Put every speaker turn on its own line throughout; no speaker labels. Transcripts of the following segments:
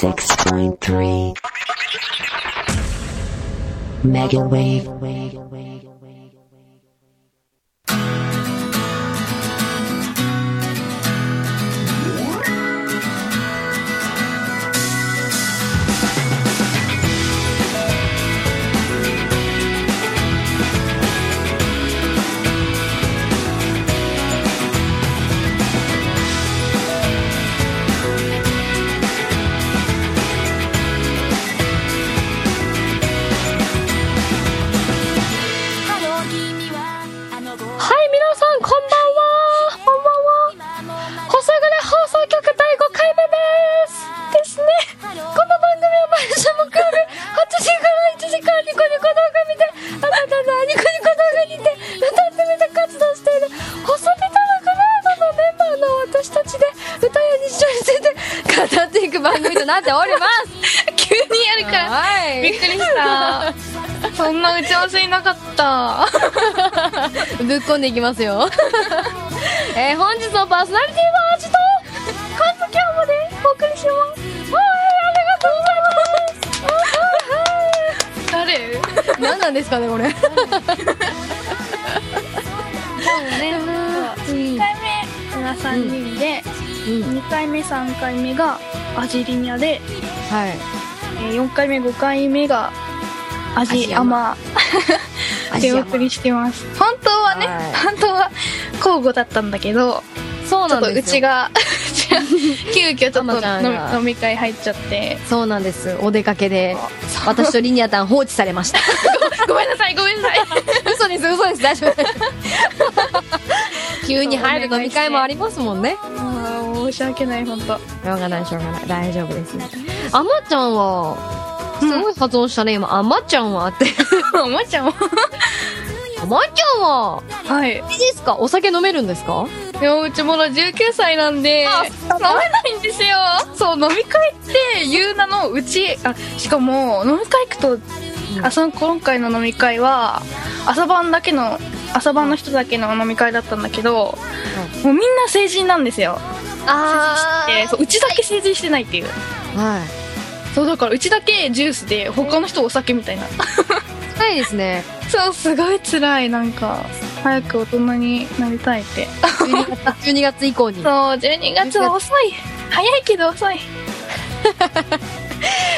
76.3 Mega Wave.
はい、皆さん、こんばんは。こんばんは。細暮れ放送局第5回目です。ですね。この番組は毎週木曜日、8時から1時間ニコニコ動画見て、あなたのニコニコ動画にて、歌ってみて活動している、細びとのグレードのメンバーの私たちで、歌や日常について語っていく番組となっております。
急にやるから
はい。
びっくり したそんな打ち合わせいなかった
ぶっこんでいきますよえー本日のパーソナリティは味とカズキャムでお送りしますはいありがとうござい
誰も
ます何なんですかねこれ
うね1回目皆さん人で、
うん
2回目3回目がアジリニアで、
はい
えー4回目5回目がアジア マでお送りしてます本当はね、
はい
本当は交互だったんだけど
そう
ちょ
な
っ
ん
とう
です
ち
よ
が急遽ちょっと
アマちゃんが
飲み飲み会入っちゃって
そうなんですお出かけで私とリニアタン放置されました
ごめんなさいごめんなさい
嘘です嘘です大丈夫です 急に入る飲み会もありますもんね
あー 申し訳ない本当
しょうがないしょうがない大丈夫ですねあまちゃんはすごい発音したね今あまちゃんは って
おもちゃ も
あまちゃんは
はい
いいですかお酒飲めるんですか
でもうちまだ19歳なんで
あ
飲めないんですよそう飲み会って言う名のうちあしかも飲み会行くと、あその今回の飲み会は朝晩だけの朝晩の人だけの飲み会だったんだけど、もうみんな成人なんですよ
あ
でそううちだけ成人してないっていう
はい
そうだからうちだけジュースで他の人お酒みたいな
近いですね
そうすごい辛いなんか早く大人になりたいって
12月 ,12 月以降に
そう12月は遅い早いけど遅い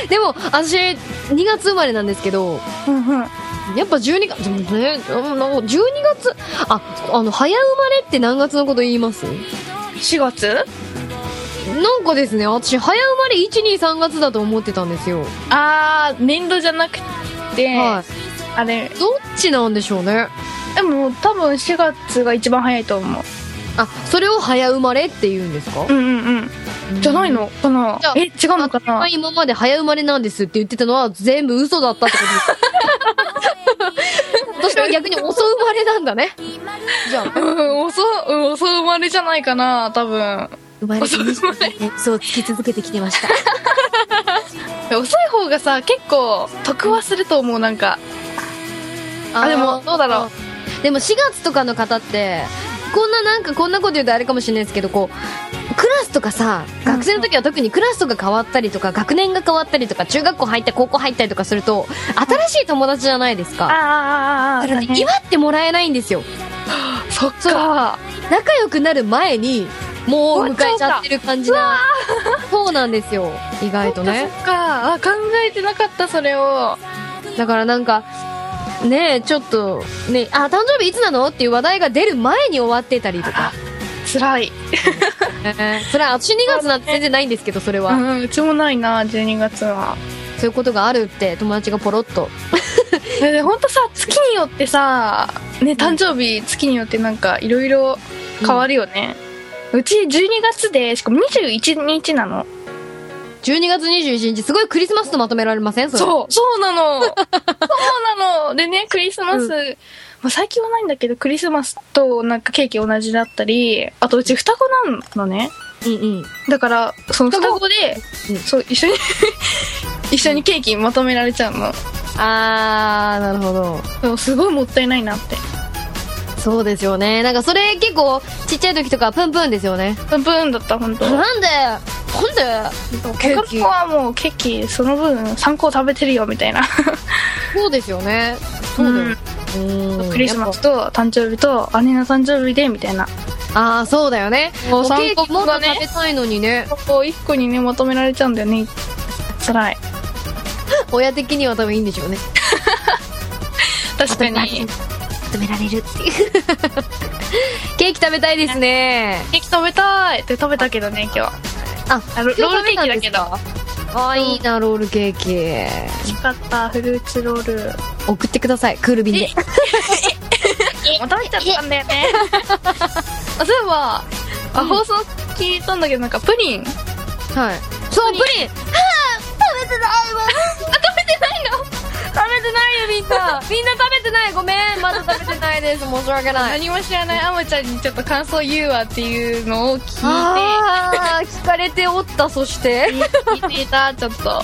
でも私2月生まれなんですけど
うんうん
やっぱ12月でもねうんなんか12月ああの早生まれって何月のこと言います
4月
なんかですね私早生まれ123月だと思ってたんですよ、
あー年度じゃなくて、
は
あれ
いどっちなんでしょうね
でも多分4月が一番早いと思う
あそれを早生まれって言うんですか
うんうんうんじゃないのかな
じゃあ
え違うのか
私が
な
今まで早生まれなんですって言ってたのは全部嘘だったってこ とです。私は逆に遅生まれなんだね。じゃ
う
あ、
ん遅うん遅生まれじゃないかな多分
生まれ
遅生まれ
そうつき続けてきてました。
遅い方がさ結構得はすると思うなんかあでもどうだろ
う。でも4月とかの方って、こんななんかこんなこと言うとあれかもしれないですけど、こう、クラスとかさ、学生の時は特にクラスとか変わったりとか、学年が変わったりとか、中学校入ったり高校入ったりとかすると、新しい友達じゃないです
あ
か。
あああ
だから
あ
ね祝ってもらえないんですよ。
そっか
仲良くなる前にもう迎えちゃってる感じな そうなんですよ意外とね
そっかあ考えてなかったそれを
だからなんかねえちょっとねあ誕生日いつなのっていう話題が出る前に終わってたりとか、
辛い
ねそれは私2月なんて全然ないんですけどそれは、
うんうちもないな12月は
そういうことがあるって友達がポロッと
えー、ほんとさ月によってさね誕生日月によってなんかいろいろ変わるよね、うち12月でしかも21日なの
12月21日すごいクリスマスとまとめられませんそれ
そうそうなのそうなのでねクリスマス、まあ、最近はないんだけどクリスマスとなんかケーキ同じだったりあとうち双子なのね
うんうん
だからその
双
双
子
子で、
うん
そう一緒に 一緒にケーキまとめられちゃうの
あーなるほど
でもすごいもったいないなって
そうですよねなんかそれ結構ちっちゃい時とかプンプンですよね
プンプンだった本当。
なんでなんで
他の子はもうケーキその分3個食べてるよみたいな
そうですよねそうだよ、うん
クリスマスと誕生日と姉の誕生日でみたいな
ああそうだよね
もう
おケー
三
キ
国
も
語
っと
がね
食べたいのにね
こう1個にねまとめられちゃうんだよね辛い
親的には多分いいんでしょうね
確かに
止められるっていう ケーキ食べたいですね
ケーキ食べたいって食べたけどね今日
あ
あロロールケーキだけど
ああいいなロールケーキ
美味しかったフルーツロール
送ってくださいクール便で
もう食べちゃったんだよ ねあそういえばあ放送聞いたんだけどなんかプリン
はいそうプ リン食べてないよみんなみんな食べてないごめんまだ食べてないです申し訳ない
何も知らないあまちゃんにちょっと感想言うわっていうのを聞いて
ああ聞かれておったそして
聞いていたちょっと
あ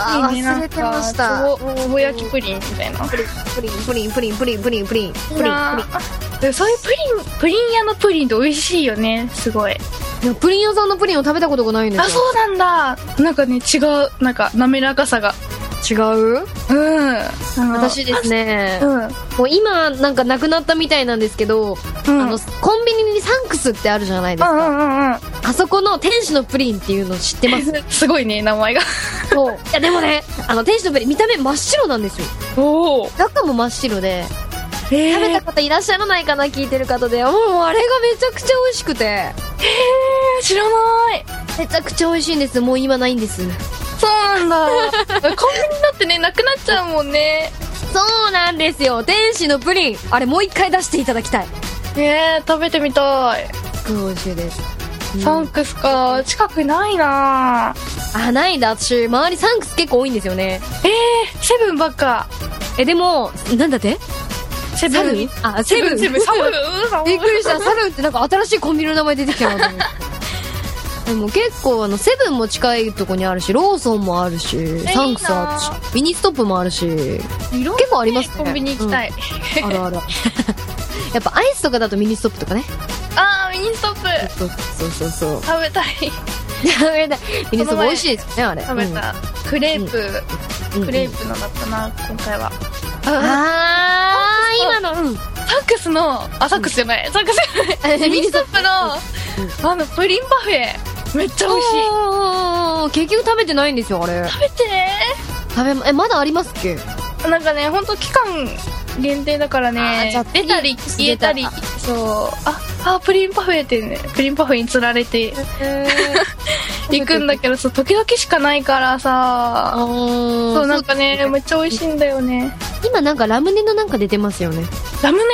ー
いいねなんかつぼつぼ焼きプリンみたいな
プリンプリンプリンプリンプリンプリンプリンプリンプリン
でそういうプリンプリン屋のプリンって美味しいよねすごい
いやプリン屋さんのプリンを食べたことがないんで
あ
す
そ
よ
うなんだなんかね違うなんか滑らかさが
違う
うん
私ですね
うんうん
もう今なんかなくなったみたいなんですけど、あ
う
の
ん
コンビニにサンクスってあるじゃないです
う
か、
んうんうん
あそこの天使のプリンっていうの知ってます
すごいね名前が
そういやでもねあの天使のプリン見た目真っ白なんですよ
おお
中も真っ白で
食べ
食べた方いらっしゃらないかな聞いてる方でもうあれがめちゃくちゃ美味しくて
知らない
めちゃくちゃ美味しいんですもう今ないんです
そうな んだコンビニだってねなくなっちゃうもんね
そうなんですよ天使のプリンあれもう一回出していただきたい
えー、食べてみたい、
すごい美味しいです
サンクスか近くないな
あないんだ私周りサンクス結構多いんですよね
えー、セブンばっか
えでもなんだって
セ
サ
ブ
ブ
ン
あセブン
セブンサブンサブ
びっくりしたサブンってなんか新しいコンビニの名前出てきたなと思って でも結構あのセブンも近いとこにあるしローソンもあるしサンクスあるし
いい
ミニストップもあるし 結構ありますね
コンビニ行きたい、
あるあるやっぱアイスとかだとミニストップとかね
あーミニストップ
そうそうそうそう
食べたい
食べたい ミニストップ美味しいですよねあれ
食べた、クレープ、
うん
クレープのだったな今回は
うんあー今のうん
サックスのあサックスじゃない、サックスじゃないミニストップ の、あのプリンパフェめっちゃ美味しい
おー結局食べてないんですよあれ
食べてね
食べまえまだありますっけ
なんかね本当期間限定だから
あー
ね
じゃあ
出たり消えたり
出た
そうああプリンパフェってねプリンパフェにつられて行くんだけどそう時々しかないからさ
そ
そうなんかねめっちゃ美味しいんだよね
今なんかラムネのなんか出てますよね
ラムネ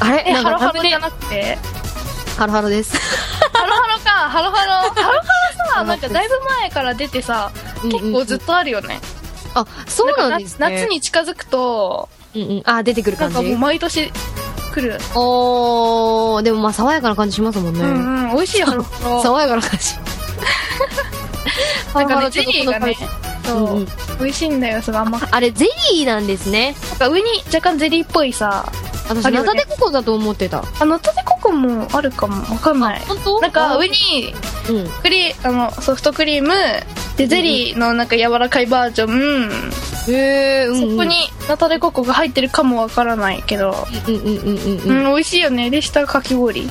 あれ
え
なん
ハ
か
ロ
ラ
ハ
ム
ロじ
ネ
ゃなくて
ハロハロです
ハロハロかハロハロハロハロさ
ハロハロ
なんかだいぶ前から出てさ
うんうん
結構ずっとあるよね
あそうなんですね
か夏夏に近づくと
うんうんあ出てくる
な
感
んかもう
じ
毎年来る
おーでもまあ爽やかな感じしますもんね、
うんうん美味しいよハロハロ
爽やかな感じ
なんか
ハロハロ
ね、
ち
ゼ
ょっと
リーがね
この、
そう、
うんうん
美味しいんだよ、その甘く。
あれゼリーなんですね
なんか上に若干ゼリーっぽいさ、
私
あ
ナ
るよね
タデココだと思ってた
あの、たてココもあるかも、わかんない。
本当
なんか上に、
うん
クリ、あの、ソフトクリーム、で、ゼリーのなんか柔らかいバージョン、
へえうんうん
そこにナタデココが入ってるかもわからないけど、
うんうんうんうん
う
うん
ん、美味しいよね。で、下がかき氷。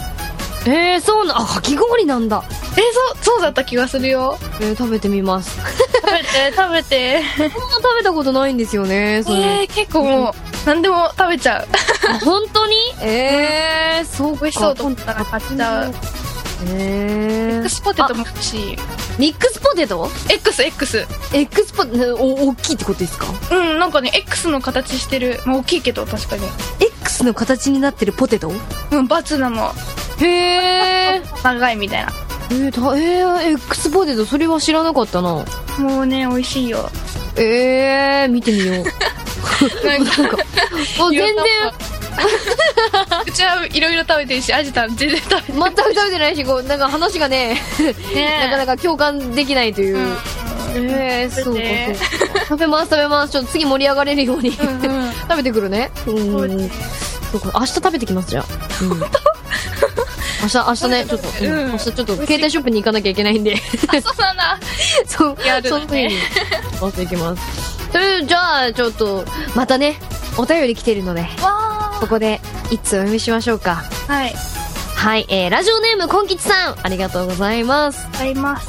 え、
へえそうなんあかき氷なんだ
そう、そうだった気がするよ。
えー食べてみます
食べて、食べて。
そんな食べたことないんですよねそういうの
えー、結構もう、何でも食べちゃう。
あ本当にええー、そうか
美味しそうと思ったら買っちゃう。エ
え
ックスポテトも美味しい。
ミックスポテト
X、X。
X ポテトお大きいってことですか
うんなんかね X の形してる、まあ、大きいけど確かに
X の形になってるポテト
うんバツナの
へえ
長いみたいな
えーたえー、X ポテトそれは知らなかったな
もうね美味しいよ
えー、見てみ よう
なんか
あ全然
うちはいろいろ食べてるしアジタン全然食べて
全く食べてないしこうなんか話がねなかなか共感できないという、えー、そうか
ね
そうか食べます食べますちょっと次盛り上がれるように、
うんうん
食べてくるねうん
そうですね
そうか明日食べてきますじゃあ、うん、 明日明日 ねちょっと、うん
うん
明日ちょっと携帯ショップに行かなきゃいけないんで
そうなんだ
そう
やる
そ
の
の
ね
時に持っていきますというじゃあちょっとまたねお便り来てるので
わ
ここで一通お読みしましょうか
ーはい
はい、えー、ラジオネームこんきちさんありがとうございます
あります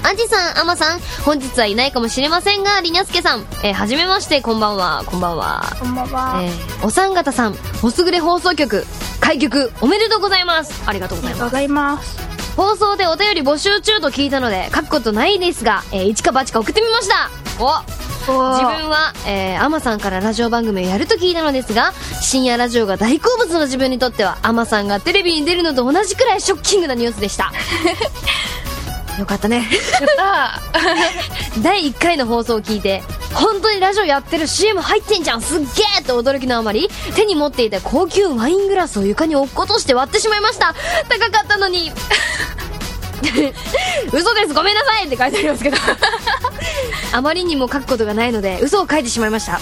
アジさん、アマさん、本日はいないかもしれませんが、りにゃすけさん、えー、はじめまして、こんばんは、こんばんは。
こんばんは、
えー、お三方さん、おすぐれ放送局、開局、おめでとうございます。ありがとうご
あり
ざ
が
い
とうご
ま
ざいます
す。放送でお便り募集中と聞いたので、書くことないですが、えー、一か八か送ってみました。お
自
自分は、えー、アマさんからラジオ番組をやると聞いたのですが深夜ラジオが大好物の自分にとってはアマさんがテレビに出るのと同じくらいショッキングなニュースでしたよかったね
さあ
第1回の放送を聞いて本当にラジオやってる CM 入ってんじゃんすっげえと驚きのあまり手に持っていた高級ワイングラスを床に落っことして割ってしまいました高かったのに 嘘ですごめんなさいって書いてありますけど あまりにも書くことがないので嘘を書いてしまいました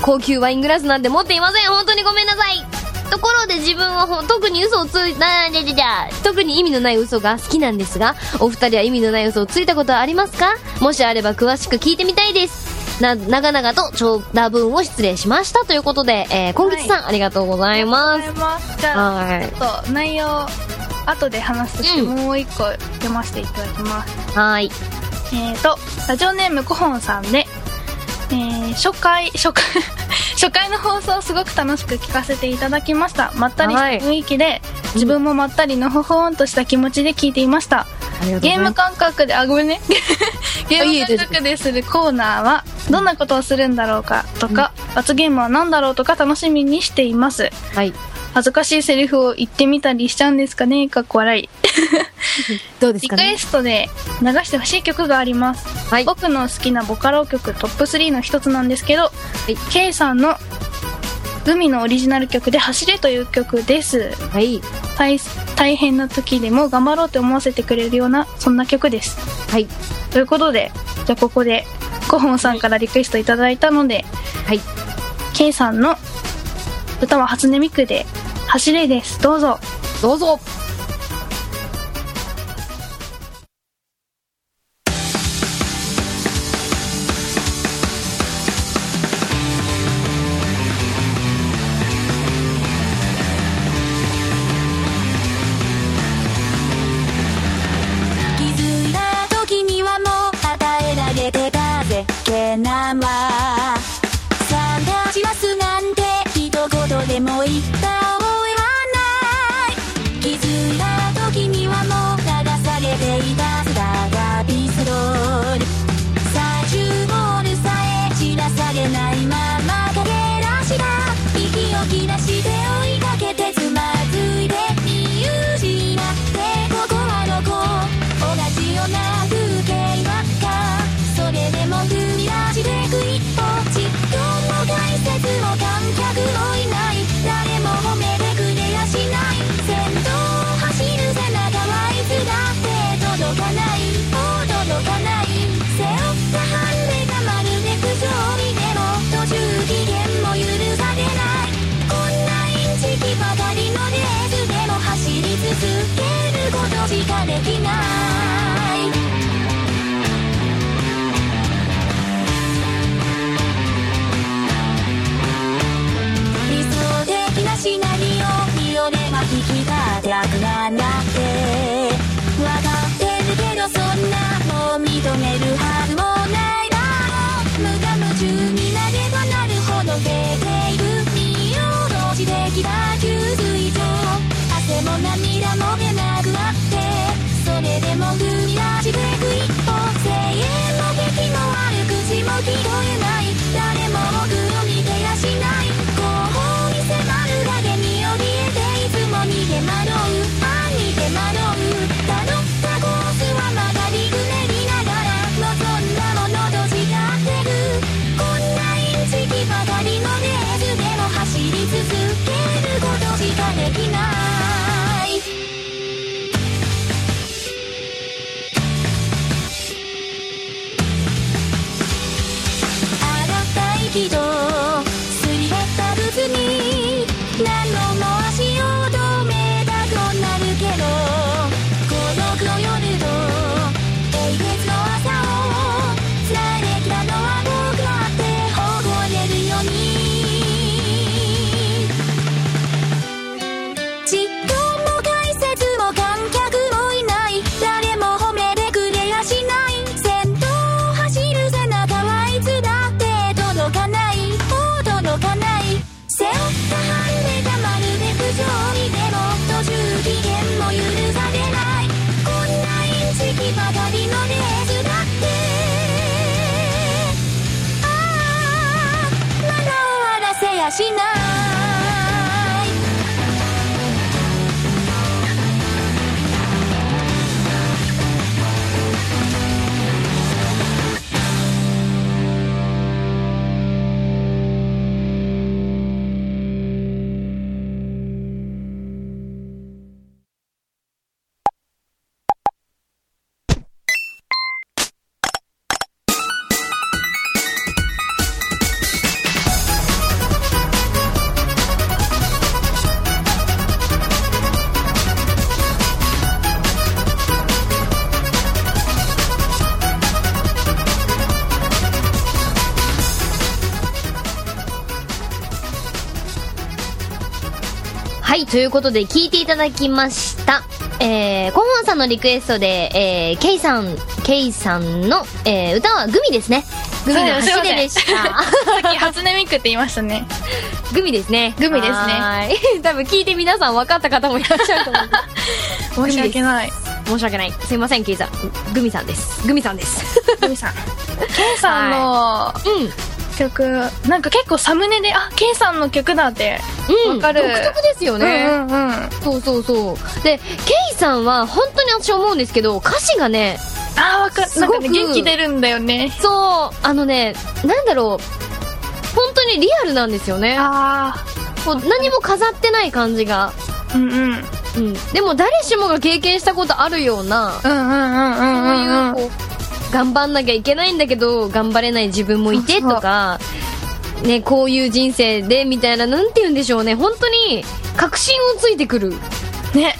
高級ワイングラスなんて持っていません本当にごめんなさいところで自分はほ特に嘘をついなじゃじゃじゃ特に意味のない嘘が好きなんですがお二人は意味のない嘘をついたことはありますかもしあれば詳しく聞いてみたいですな長々と長打文を失礼しましたということで、えー、今月さん、ありがとうございま
あり
す
がとうございますじゃあ
はい
ちょっと内容後で話すとして、
うん
もう一個読ませていただきます
はい
えー、と、ラジオネームコホンさんで、えー初回、初回、 初回の放送をすごく楽しく聞かせていただきました。まったり
は
し
い
た雰囲気で、自分もまったりのほほーんとした気持ちで聞いていました。ゲーム感覚で、あ、ごめん ね。ゲ
いい
ー
よ
ム感覚でするコーナーは、どんなことをするんだろうかとか、罰ゲームは何だろうとか楽しみにしています。
はい
恥ずかしいセリフを言ってみたりしちゃうんですかねかっこ笑い。
どうです
リ
か
クエ
ね
ストで流してほしい曲があります。
はい
僕の好きなボカロ曲トップ3の一つなんですけど、
い
K さんの海のオリジナル曲で「走れ」という曲です
はい
大大変な時でも頑張ろうって思わせてくれるようなそんな曲です
はい
ということでじゃあここでコホンさんからリクエストいただいたので、
はい
K さんの歌は初音ミクで「走れ」ですどうぞ
どうぞ
気づいた時にはもう与えられてたぜけなま探し出すなんて一言でも言った覚えはない気づいた時にはもう流されていたスターがピスロールサーチューボールさえ散らされないまま駆け出した息を切らして追いかけてつまずいて見失ってここはどこ同じような風景ばっかそれでも踏み出してく一歩実況の解説も観客もいない誰も褒めてくれやしない先頭を走る背中はいつだって届かないもう届かない背負ったハンデがまるで不条理でも途中期限も許されないこんなインチキばかりのレースでも走り続けることしかできない理想的なシナリオに俺は引き立てなくなんだって分かってるけどそんなもう認めるはずもないだろう無我夢中になればなるほど出ている見落としてきた給水上汗も涙も出なくなってそれでも踏み出してく一歩声援も敵も悪口も聞こえない誰も僕を見てやしない後方に迫る影に怯えていつも逃げ惑うあに手間惑う頼ったコースは曲がりくねりながら望んだものと違ってるこんなインチキばかりのレースでも走り続けることしかできない上がった息とすり減った靴に何しない
はい、ということで聞いていただきました。えー、コホンさんのリクエストで、えー、ケイさん、ケイさんの、えー、歌はグミですね。グミ
そ
の
うです
走れでした。
さっき初音ミクって言いましたね。
グミですね。
グミですね
はーい。 多分聞いて皆さん分かった方もいらっしゃると思う。
申し訳 ない。
申し訳ない。すいません、ケイさん。グミさんです。グミさんです。
ケイさん。ケイさんの
うん。
曲、なんか結構サムネで、あ、ケイさんの曲だって。
うん、
わかる
独特ですよね、
うんうんうん。
そうそうそうでケイさんは本当に私思うんですけど歌詞がね
あー、わかる。
す
なん
ご
か
く
ね、元気出るんだよね。
そうあのねなんだろう本当にリアルなんですよね
あ
こう何も飾ってない感じが、
ー、うんうん。
うん、でも誰しもが経験したことあるような
うんうんうん
そう
うんうん
いうこう頑張んなきゃいけないんだけど頑張れない自分もいて
そうそう
とかね、こういう人生でみたいななんて言うんでしょうね本当に確信をついてくる
ね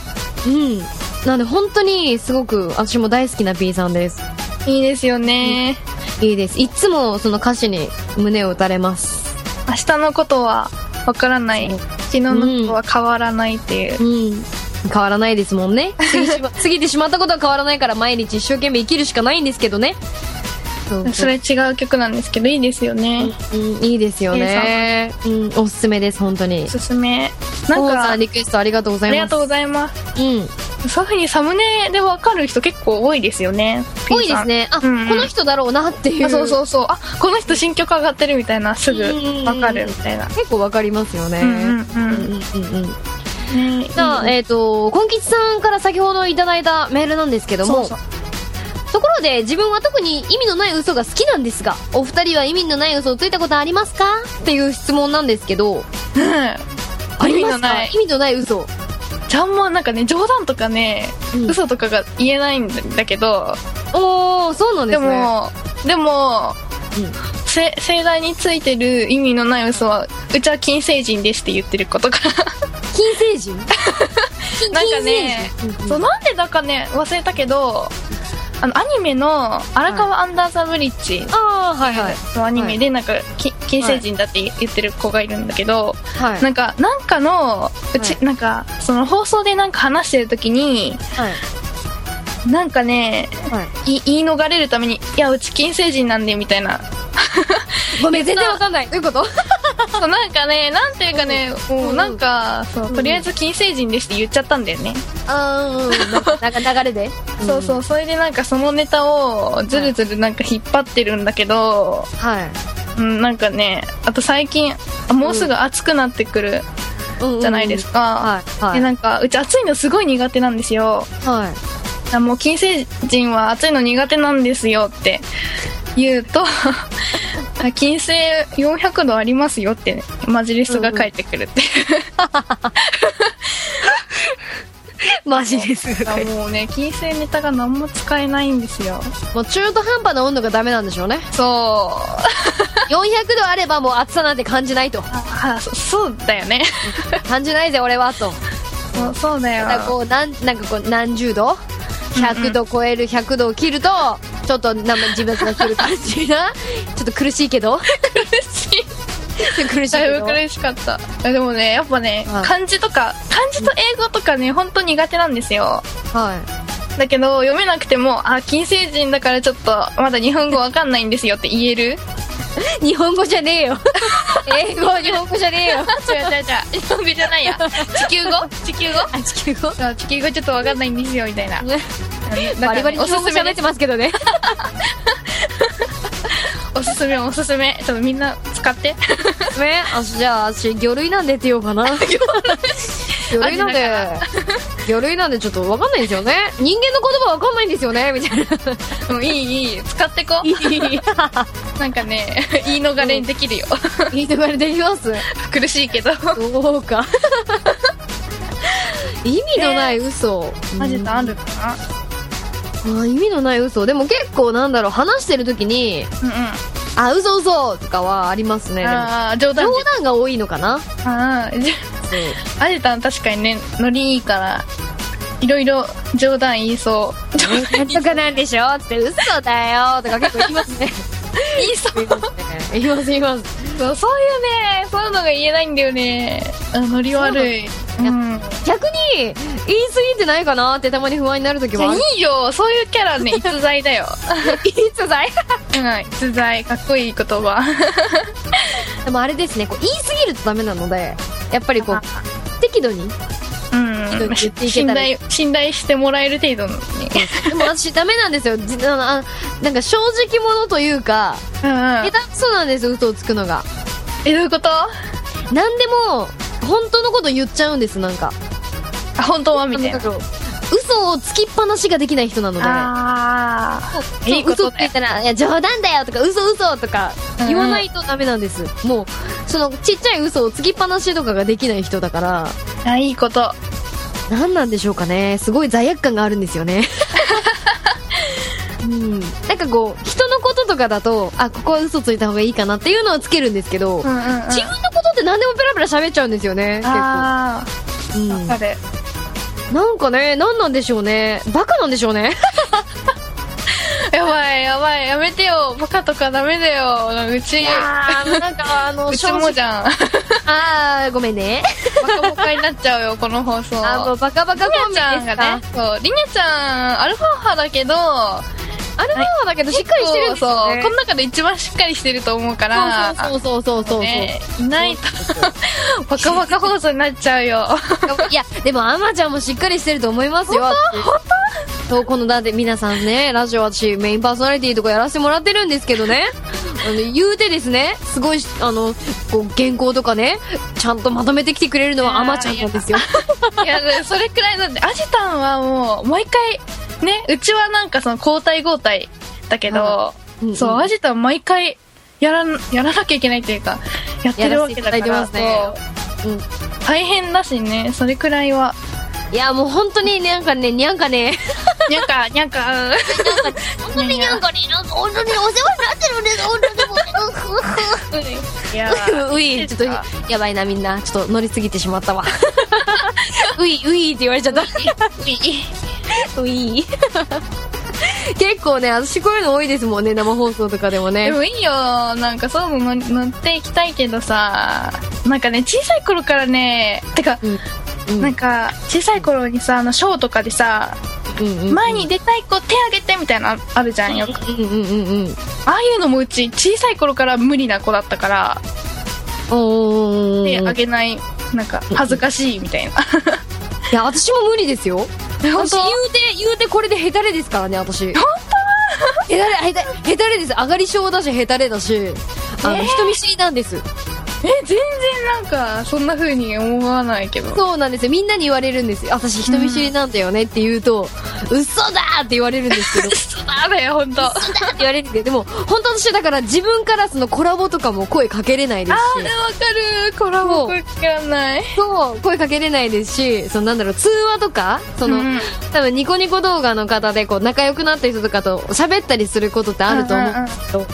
うん。なんで本当にすごく私も大好きな B さんです。
いいですよね、
いいです。いつもその歌詞に胸を打たれます。
明日のことはわからない
そう
昨日のことは変わらないっていう、
うん。変わらないですもんね。過ぎ しま過ぎてしまったことは変わらないから毎日一生懸命生きるしかないんですけどね。そう
それ違う曲なんですけどいいですよね、
うん、いいですよね。うん、おすすめです、本当に
お。すすめな
なんん
か
さ
あ
んリクエストありがとうござい
り
ます。
がとうご
い
ざいます
ます。うん。
そういうふうにサムネでわかる人結構多いですよね
多いですね。あ、
P さんうんうん
この人だろうなっていう。
あそうそうそうあこの人新曲上がってるみたいなすぐ
うんうんうん
わかるみたいな
結構わかりますよね。
うんうんうん
うんうんうん。
ね
じゃあ、えっ、と、こんきちさんから先ほどいただいたメールなんですけど
そう
も、
そう
ところで自分は特に意味のない嘘が好きなんですが、お二人は意味のない嘘をついたことありますかっていう質問なんですけど、あ
意味
りま
の
すか
ない
意味のない嘘。
じゃああんまなんかね冗談とかね、
うん
嘘とかが言えないんだけど
おー、そうなんで
です
ね。
も、でも、せ盛大についてる意味のない嘘は、うちは金星人ですって言ってることが。
金星 人金
なんかね
金星人
そう、なんでだかね、忘れたけど、あの、アニメの、荒川アンダーザブリッジ
あー、はいはい。
のアニメで、なんか、き金星人だって言ってる子がいるんだけど、
はい。
なんか、なんかの、うち、
は
なんか、その放送でなんか話してる時に、
はい。
なんかね、
はい
い言い逃れるために、いや、うち金星人なんで、みたい な
ごめん、全然わかんない。どういうこと
そうなんかねなんていうかねもうなんかそうとりあえず金星人ですって言っちゃったんだよね、
あー、うんなんか、なんか流れ で。
そうそうそれでなんかそのネタをずるずるなんか引っ張ってるんだけど、
はい。
うん、なんかねあと最近あもうすぐ暑くなってくる
うんうん
じゃないです。
は
か、
い。はい
で。なんかうち暑いのすごい苦手なんですよ
はい。
あもう金星人は暑いの苦手なんですよって言うと あ金星400度ありますよって、ね、マジリストが返ってくるっていう
マジです。
あもうね金星ネタが何も使えないんですよ
もう中途半端な温度がダメなんでしょうね。
そう
400度あればもう暑さなんて感じないと。
あそそうだよね
感じないぜ、俺は、と。
そうそうだよ
だからこう、なん、なんかこう、何十度 ?100 度超える100度を切ると、ちょっと、なんか自分がする感じ な。ちょっと苦しいけど。苦しい。苦しい
だ
け
いぶ
ど。
苦しかったあでもねやっぱね、
はい
漢字とか漢字と英語とかね本当苦手なんですよ
はい。
だけど読めなくてもあ金星人だからちょっとまだ日本語わかんないんですよって言える違う
日本語じゃねえ よ。英語、日本語じゃねえよ。
違う違う日本語じゃないや地球語地球語
あ、地球語。
そう地球語ちょっとわかんないんですよみたいなだ
バ
からね
リバリ日本語喋ってますけどね。
おすすめおすすめちょっとみんな使使って
ねあじゃあ私魚類なんでって言おうか な魚類なんで魚類なんでちょっと分かんないんですよね人間の言葉分かんないんですよねみたい な
もういいいい使ってこ なんかね言い逃れできるよ
いいとこあれできます
苦しいけど
そうか 意味のない嘘、
マジであるか
あー意味のない嘘でも結構なんだろう話してる時に
なうんうん
「あ嘘嘘とかはありますねでも
ああ冗談
冗
で
談が多いのか な
ああじゃあアジタン確かにねノリいいからいろいろ冗談言いそう冗談
なんとかなんでしょって嘘だよとか結構言いますね
言いそう
言います言います
そうそういうねそういうのが言えないんだよねあノリ悪いうん
逆に言い過ぎてないかなってたまに不安になる時
い
もあ
や
る
いいよそういうキャ ラね逸材だよ
いつだい
うん逸材かっこいい言葉
でもあれですねこう言い過ぎるとダメなのでやっぱりこ
あ
う適度に
うん
言っていけ
信
たら
頼信頼してもらえる程度のね
でも私ダメなんですよじあのあなんか正直者というか
うんうん
下手くそなんですよ嘘をつくのが
えどういうことあ
何でも本当のこと言っちゃうんですなんか
本当はみたいな
なんかこう嘘をつきっぱなしができない人なので
ああいいこと
嘘つ
だ
い
よ
たら「いや冗談だよ」とか「嘘嘘とか言わないとダメなんです、もうそのちっちゃい嘘をつきっぱなしとかができない人だから
あいいこと
何なんでしょうかねすごい罪悪感があるんですよ ねうん、なんかこう人のこととかだとあここは嘘ついた方がいいかなっていうのはつけるんですけど、
うんうんうん
自分のことって何でもペラペラ喋っちゃうんですよね結構、
あ
うん
あ、わかる
なんかね何なんでしょうねバカなんでしょうね
やばいやばいやめてよバカとかダメだようち
なんかあ の
うちもじゃん
あーごめんね
バカバカになっちゃうよこの放送
あもうバカバカ
リ
コ
ナ
ンビ
ちゃん
で
が
すか
ねそうリナちゃんアルファ派だけど
アルファーだけどしっかりしてるんですよ、
そう
ね、
この中で一番しっかりしてると思うから
そうそうそうそうそうそう、
ねい ないとバカバカ放送になっちゃうよ
いやでもアマちゃんもしっかりしてると思いますよ本当そうこのだって皆さんねラジオ私メインパーソナリティとかやらせてもらってるんですけどねあの言うてですねすごいしあのこう原稿とかねちゃんとまとめてきてくれるのはアマちゃんなんですよ
いやそれくらいなんでアジタンはもう毎回ねうちはなんかその交代交代だけど、
うんうん
そうアジタン毎回やらんやらなきゃいけないっていうかやってるわけだから
やらせていただいて
そう
うん
大変だしねそれくらい はい
やもう本当になんかねにゃんかね
にゃんかにゃんか
本当になんかねなんか本当にお世話になってるんです本当にも う
いや
うい、ちょっと、やばいな、みんな。ちょっと乗りすぎてしまったわ。 うい、ういって言われちゃった。 うい。結構ね、私こういうの多いですもんね、生放送とかでも
で
ね。
もいいよなんかそういうの乗乗っていきたいけどさなんかね小さい頃からねてか、
うんうん
なんか小さい頃にさあのショーとかでさ
うんうん
前に出たい子手あげてみたいなのあるじゃんよく
うんうんうんうん。
ああいうのもうち小さい頃から無理な子だったから
お
手あ
ー。
げないなんか恥ずかしいみた いな
いや、私も無理ですよ。
本
私
当
言うて、言うてこれでヘタレですからね、私。本当ヘタレ、ヘタレ、ヘタレです。上がり症だし、ヘタレだし、あの、人見知りなんです。
え全然なんかそんな風に思わないけど
そうなんですよみんなに言われるんですよ私人見知りなんだよねって言うと、嘘だーって言われるんですけど 嘘
ダメよ本当あ
だーって言われるんですけどでも本当私だから自分からそのコラボとかも声かけれないです
ーで
し
もわかるコラボ
そう
わかんない
そう声かけれないですしそのなんだろう通話とかその、
うん
多分ニコニコ動画の方でこう仲良くなった人とかと喋ったりすることってあると思うんですけど、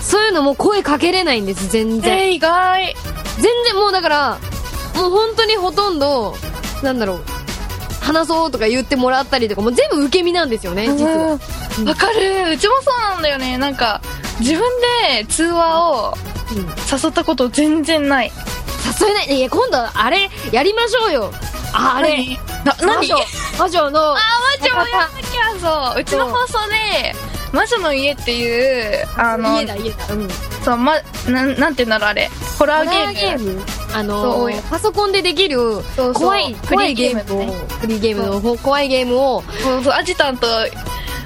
そういうのも声かけれないんです全然、
えー、意外
全然もうだからもう本当にほとんどなんだろう話そうとか言ってもらったりとかもう全部受け身なんですよね実は
うんわかるうちもそうなんだよねなんか自分で通話を
うん
誘ったこと全然ない
誘えないいや今度あれやりましょうよああれ
な
魔
何
女魔女の
あー魔女もやんなきゃそううちの放送で「魔女の家」っていうあの
家だ家だうん
そう、ま、なんなんて言うんだろうあれホラーゲーム
ホラムあ
そ
の
う
パソコンでできる
そう
怖い
フリー
怖いゲー
ゲーム
ム
ね
をフリーゲームのほ怖いゲームを
そうそうアジタンと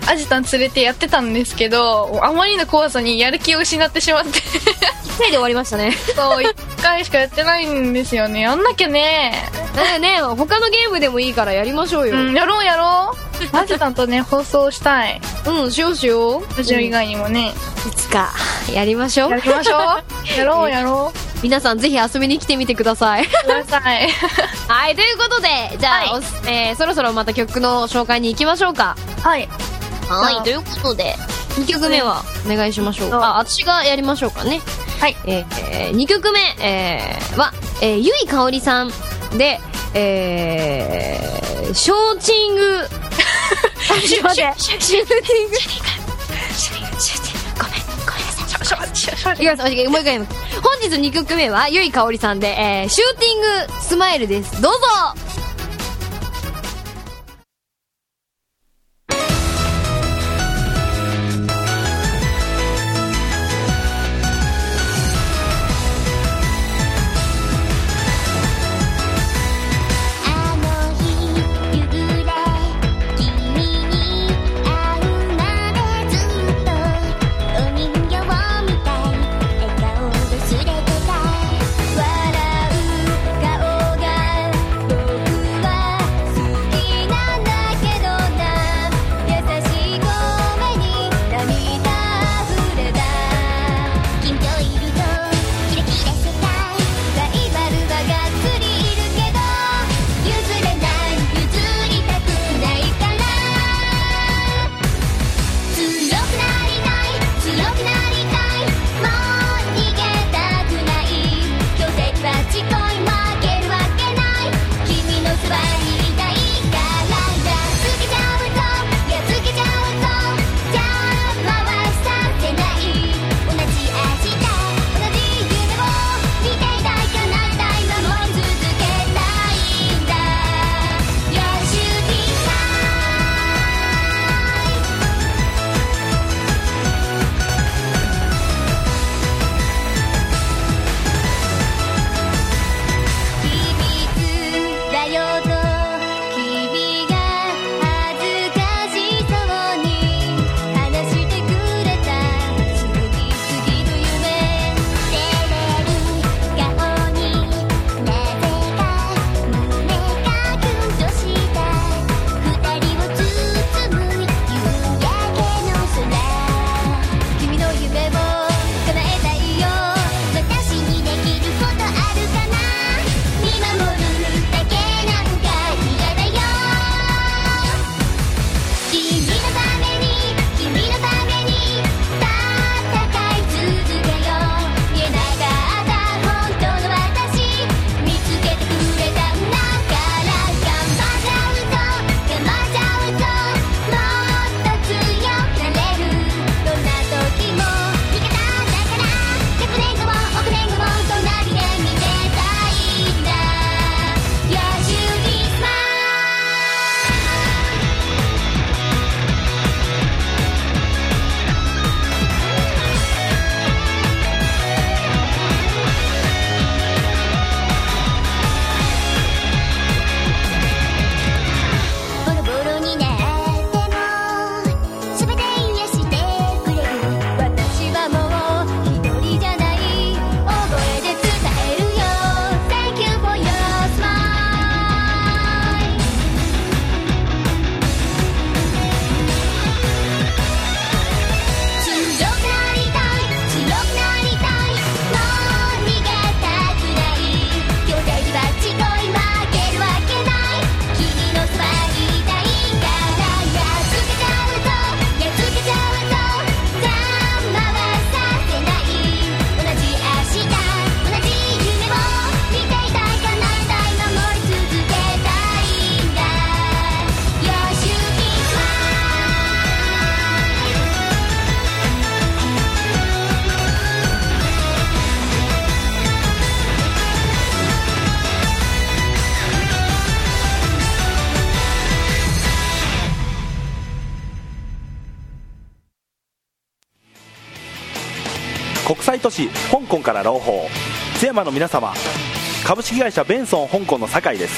アジタン連れてやってたんですけどあまりの怖さにやる気を失ってしまって
回で終わりました ね
そう、一回しかやってないんですよね。やんなきゃね。
だよね他のゲームでもいいからやりましょうよ
うん、やろうやろ う。マジさんとね、放送したい。
うん、しようしよう
ラジオ以外にもね。
いつかやりましょう
やりま しょう。やろうやろう。
皆さんぜひ遊びに来てみてください
くだ さい。
はいということでじゃあ、
はい
おすえーそろそろまた曲の紹介に行きましょうか
はい。
はいということで2曲目はお願いしましょう
そう
あ私がやりましょうかね
はい。
えーえ2曲目、えーは、えー、ゆいかおりさんで、えー、ショーチング。ちょっと待って、シューティング。
しょ、しょ、しょ、
いきます、もう一回もう一回言います本日2曲目は、ゆいかおりさんで、えーシューティングスマイルです。どうぞ
「あの日夕暮れ君に会うまでずっと」「お人形みたい笑顔で擦れてた」「笑う顔が僕は好きなんだけどな」「優しい声に涙あふれた」「君といるとキラキラしてた」「ライバルはがっつりいるけど」「譲れない譲りたくないから」「強くなりたい強くなりたい」「もう逃げたくない」「強敵はちこい負けるわけない」「君のそばにいたいから」「やっつけちゃうぞやっつけちゃうぞ」「邪魔はさせない」「同じ明日同じ夢を見ていたいかなたい守り続けたいんだ」「よしゅきたい」「秘密だよと君が恥ずかしそうに話してくれた」「すぐに次の夢」「照れる顔になぜか胸がキュンとした」「二人を包む夕焼けの空」「君の夢を叶えたいよ」「私にできることあるかな」「見守るだけなんか嫌だよ」「君のために君のために戦い続けよう」「言えなかった本当の私見つけてくれたんだから」「頑張っちゃうぞ頑張っちゃうぞもっと強くなれる」「どんな時も味方だから」「100年後も億年後も隣で見てたいんだ」「よしゅきスマボロボロになっても全て癒してくれる私はもう一人じゃない大声で伝えるよ Thank you for your smile 強くなりたい強くなりたいもう逃げたくない巨大はちこい負けるわけない君のそばにいたいからやっつけちゃうぞやっつけちゃうぞ邪魔はさせない同じ明日同じ夢を見ていたい叶えたい守り続けたいんだよしゆきは
国際都市香港から朗報津山の皆様株式会社ベンソン香港の酒井です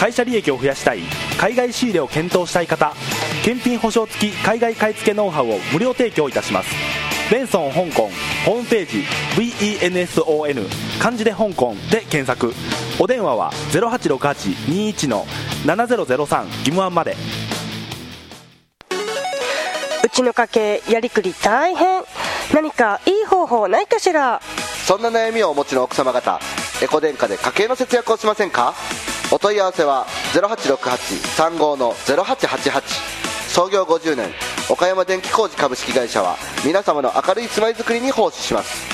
会社利益を増やしたい海外仕入れを検討したい方検品保証付き海外買い付けノウハウを無料提供いたしますベンソン香港ホームページ VENSON 漢字で香港で検索お電話は086821の7003義務案まで
うちの家計やりくり大変何かいい方法ないかしら
そんな悩みをお持ちの奥様方エコ電化で家計の節約をしませんかお問い合わせは0868-35の0888創業50年岡山電気工事株式会社は皆様の明るい住まいづくりに奉仕します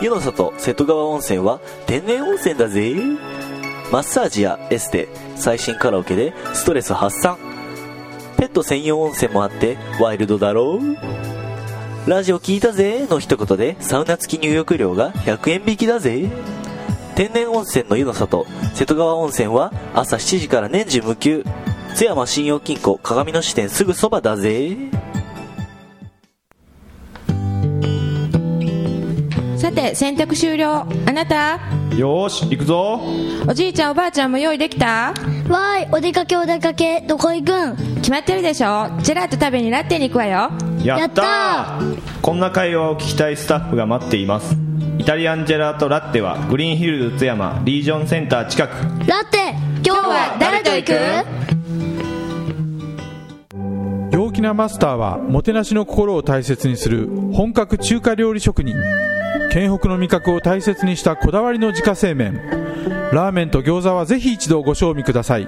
湯の里瀬戸川温泉は天然温泉だぜマッサージやエステ最新カラオケでストレス発散ペット専用温泉もあってワイルドだろうラジオ聞いたぜの一言でサウナ付き入浴料が100円引きだぜ天然温泉の湯の里瀬戸川温泉は朝7時から年中無休津山信用金庫鏡の支店すぐそばだぜ
さて洗濯終了あなた
よーし行くぞ
おじいちゃんおばあちゃんも用意できた
わーいお出かけお出かけどこ行くん
決まってるでしょジェラート食べにラッテに行くわよ
や
や
っ
った
たーこんな会話を聞きたいスタッフが待っていますイタリアンジェラートラッテはグリーンヒルズ津山リージョンセンター近く
ラテ今日は誰と行く
陽気なマスターはもてなしの心を大切にする本格中華料理職人県北の味覚を大切にしたこだわりの自家製麺ラーメンと餃子はぜひ一度ご賞味ください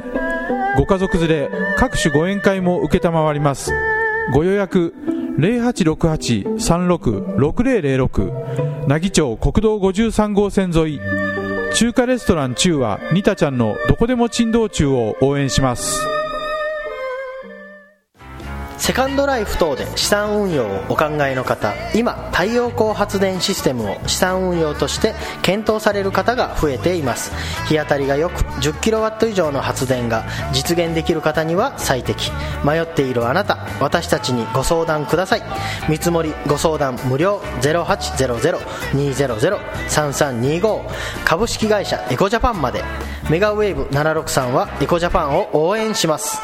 ご家族連れ各種ご宴会も承りますご予約0868-36-6006奈義町国道53号線沿い中華レストラン中はニタちゃんのどこでも珍道中を応援します
セカンドライフ等で資産運用をお考えの方今太陽光発電システムを資産運用として検討される方が増えています日当たりがよく 10kW 以上の発電が実現できる方には最適迷っているあなた私たちにご相談ください見積もりご相談無料0800-200-3325株式会社エコジャパンまでメガウェーブ763はエコジャパンを応援します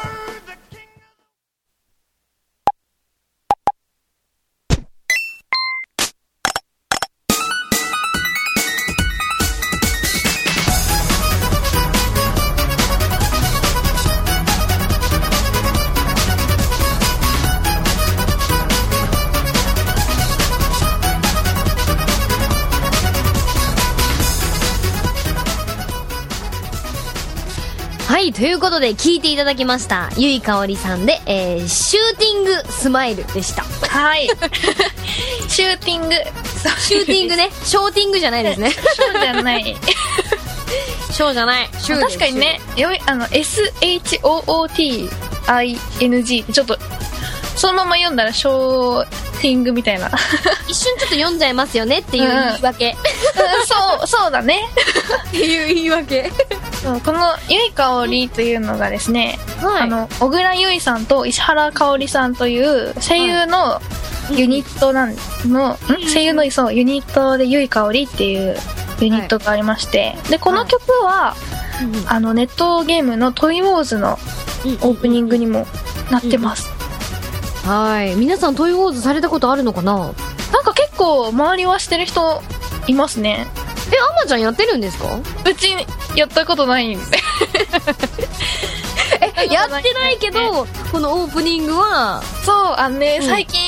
はい、ということで聞いていただきました。ゆいかおりさんで、えー、シューティングスマイルでした。
はい シューティング
シューティングね。 ショーティングじゃないですね。
そうじゃ ない
ショーじゃない。シュー
確かにね。よいあの SHOOTING ってちょっとそのまま読んだらショーティングみた いな
一瞬ちょっと読んじゃいますよねっていう 言い訳。
そうそうだ ね
っていう言い訳。
そうこの「ゆいかおり」というのがですね、
はい
あの小倉優衣さんと石原かおりさんという声優のユニットなんの、ん声優のそうユニットで「ゆいかおり」っていうユニットがありまして、でこの曲は、あのネットゲームの「トイ・ウォーズ」のオープニングにもなってます、
はい。皆さん、トイウォーズされたことあるのかな
なんか結構周りはしてる人いますね
え、アマちゃんやってるんですか
うちやったことないんで え
やってないけど、このオープニングは、
そうあのね、
うん
最近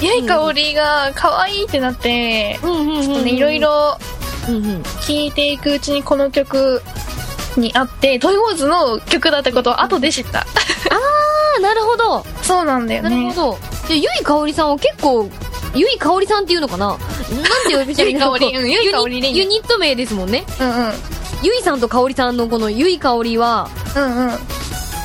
ゆいかおりが可愛いってなって、
うんうんうん
ちょっとねいろい。ろ
うんうん。
聴いていくうちにこの曲にあってトイ・ウォーズの曲だってことを後で知った
あー、なるほど。
そうなんだよ
なるほ
ね
ど。で、ゆいかおりさんは結構、ゆいかおりさんっていうのかななんて呼びたい
ゆいかおりうんゆいかおりでいい
ユニット名ですもんね。
うんうん
ゆいさんとかおりさんのこのゆいかおりは、
うんうん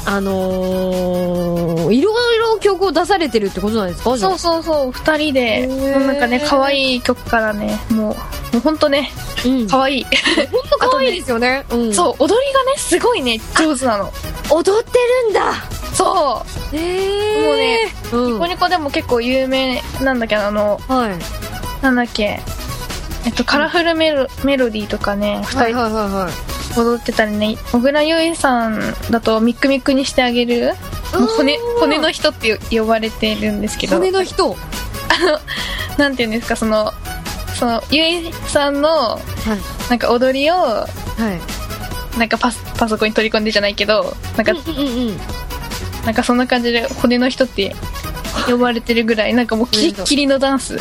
あのー、いろいろ曲を出されてるってことなんですかじゃあ
そうそうそう2人で
へー
もうなんかね可愛い曲からねもうもうほんとね
うん。
可愛い
ほんと可愛いですよね。うん。
そう踊りがねすごいね上手なの
踊ってるんだ
そ
え
う
ー。
もうね
う
ニ
ん
コ。ニコでも結構有名なんだけどあの
はい。
なんだっけえっと、カラフルメロメロディーとかね、
は
二
い
人
はいはいはい。
踊ってたりね、小倉優衣さんだとミックミックにしてあげるもう骨骨の人って呼ばれているんですけど
骨の人
あのなんていうんですかそのそのゆいさんのなんか踊りを、なんかパスパソコンに取り込んでじゃないけどなんか、なんかそんな感じで骨の人って呼ばれてるぐらいなんかもうキリッキリのダンス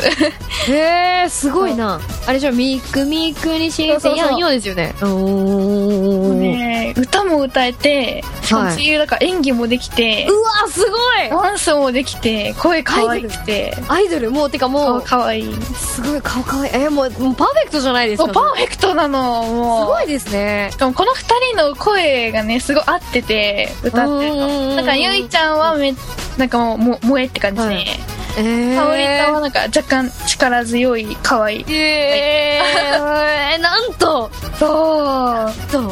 へえすごいなあれでしょミクミクにしりてやんよですよねお
ね歌も歌えてしかもそういうなんか演技もできて、
うわすごい
ダンスもできて声可愛くて
アイドルもうてかもう
可愛い
すごい顔可愛いえもうもうパーフェクトじゃないですか
そうパーフェクトなのもう
すごいですね
しかもこの2人の声がねすごい合ってて歌ってるのなんかゆいちゃんはめなんかもうも萌えって感じで、
えー
かおりちゃんはなんか若干力強い可愛い
えー、なんと
そう
と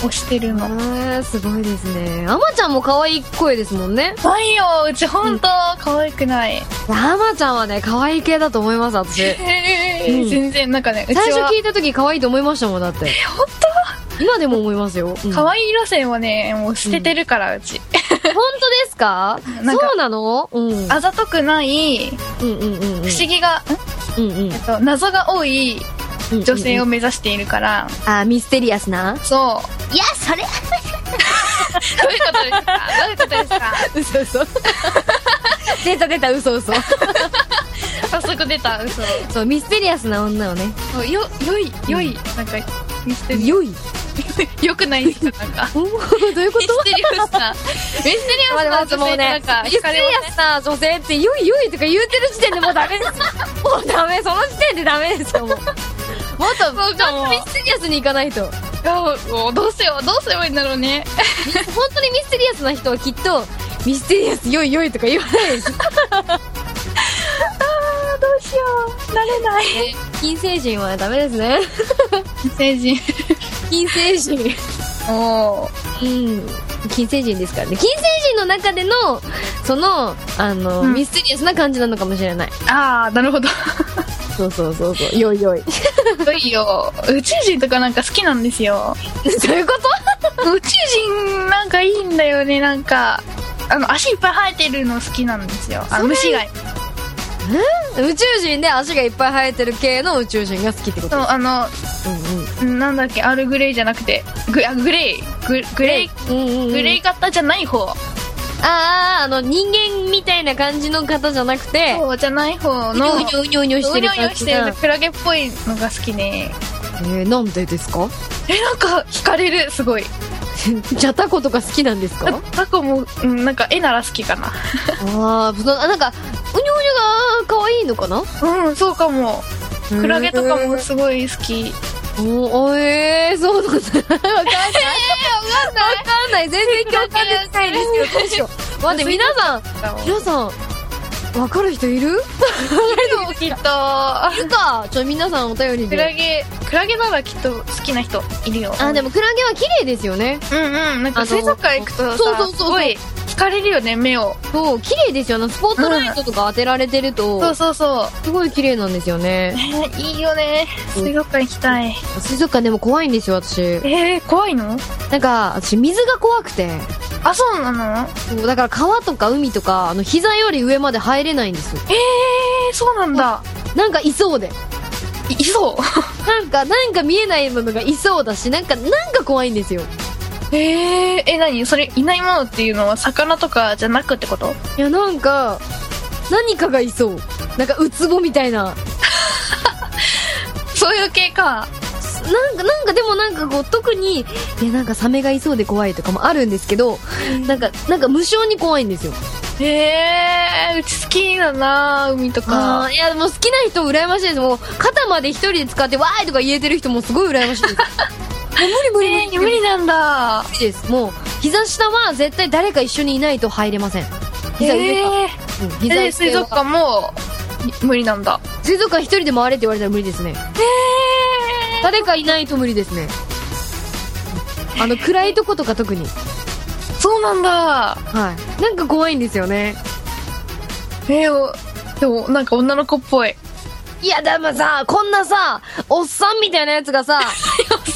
押してるの
すごいですねあまちゃんも可愛い声ですもんね
ないようち本当可愛くない
あまちゃんはね可愛い系だと思います 私、
ー全然なんかねうち
最
は
初聞いた時可愛いと思いましたもんだって
本
当今でも思いますよ、うん
可愛い路線はねもう捨ててるから、うち
本当ですか
なんか
そうなのうん
あざとくない
うんうんうんうん
不思議が、
うんうん
えっと、謎が多い女性を目指しているから、
あミステリアスな
そう
いやそれ
どういうことですかどういうことですか
嘘嘘 出た出た 嘘嘘
早速出た嘘
そうミステリアスな女をね
そうよ良い良い、なんかミステリ
良い
良くないですかなんか
どういうこと
ミステリアスなミステリアスな女性ってなんか
ミステリアスな女性って「よいよい」とか言うてる時点でもうダメですもうダメその時点でダメですよもうもっと
そうかも
ミステリアスに行かないと
いやもうどうせようどうすればいいんだろうね
本当にミステリアスな人はきっと「ミステリアスよいよい」とか言わないです
どうしようなれない
金星人はダメですね
成人
金星人
おお
うん金星人ですからね金星人の中でのそのあの、
うん
ミステリアスな感じなのかもしれない
ああな るほど
そうそうそうそうよいよい
良いよ宇宙人とかなんか好きなんですよ
そういうこ
宇宙人なんかいいんだよねなんかあの足いっぱい生えてるの好きなんですよあ
それ
虫が
と宇宙人で足がいっぱい生えてる系の宇宙人が好きってこ
そ
と
うあのうんなんだっけアールグレイじゃなくてグあグレイググレイグレイ型じゃない方
あああの人間みたいな感じの方じゃなくて
そうじゃない方
うに
の
ょうにょうにょうにょうしてる
うにょうにょうしてるクラゲっぽいのが好きね
えー、なんでです か
えなんか惹かれるすごい
じゃタコとか好きなんですか
タコも、うん、なんか絵なら好きかな
あーそのあなんかうにょうにょが可愛いのかな
うんそうかもクラゲとかもすごい好き
おお えー、そうなんだわかんないわかんない全然共感できないですよどうしよ う待って皆さん皆さんわかる人いる
きっと
いるかちょ皆さんお便り
クラ
で
ゲクラゲならきっと好きな人いるよ
あでもクラゲは綺麗ですよね
うんうんなん
あ
か
の
水族館行くとさ
そうそうそうそう
すごい惹かれるよね目を
そう綺麗ですよねスポットライトとか当てられてると、
そうそうそう
すごい綺麗なんですよね
えーいいよね水族館行きたい
水族館でも怖いんですよ私
えー、怖いの
なんか私水が怖くて
あそうなの
そうだから川とか海とかあの膝より上まで入れないんですよ
えー、そうなんだ
なんかいそうで
いいそ
なんかなんか見えないものがいそうだしなんかなんか怖いんですよ
うえー、え何それいないものっていうのは魚とかじゃなくってこと
いやなんか何かがいそうなんかウツボみたいな
そういう系か
なんかなんかでもなんかこう特にいやなんかサメがいそうで怖いとかもあるんですけどなんかなんか無性に怖いんですよ
えー、うち好きだな海と
あ
か
ーいやもう好きな人羨ましいですもう肩まで一人で使ってわーいとか言えてる人もすごい羨ましいです もう無理無理無
え
理
ー、無理なんだ
無理ですもう膝下は絶対誰か一緒にいないと入れません膝上か、
え
うん
ー、
膝
で水
上
族
は
館もい無理なんだ
水族館一人で回れって言われたら無理ですね
え
誰かいないと無理ですねあの暗いとことか特に
ー、そうなんだ
はいなんか怖いんですよね
えー、おでもなんか女の子っぽい
いやでもさ こんなさおっさんみたいなやつがさ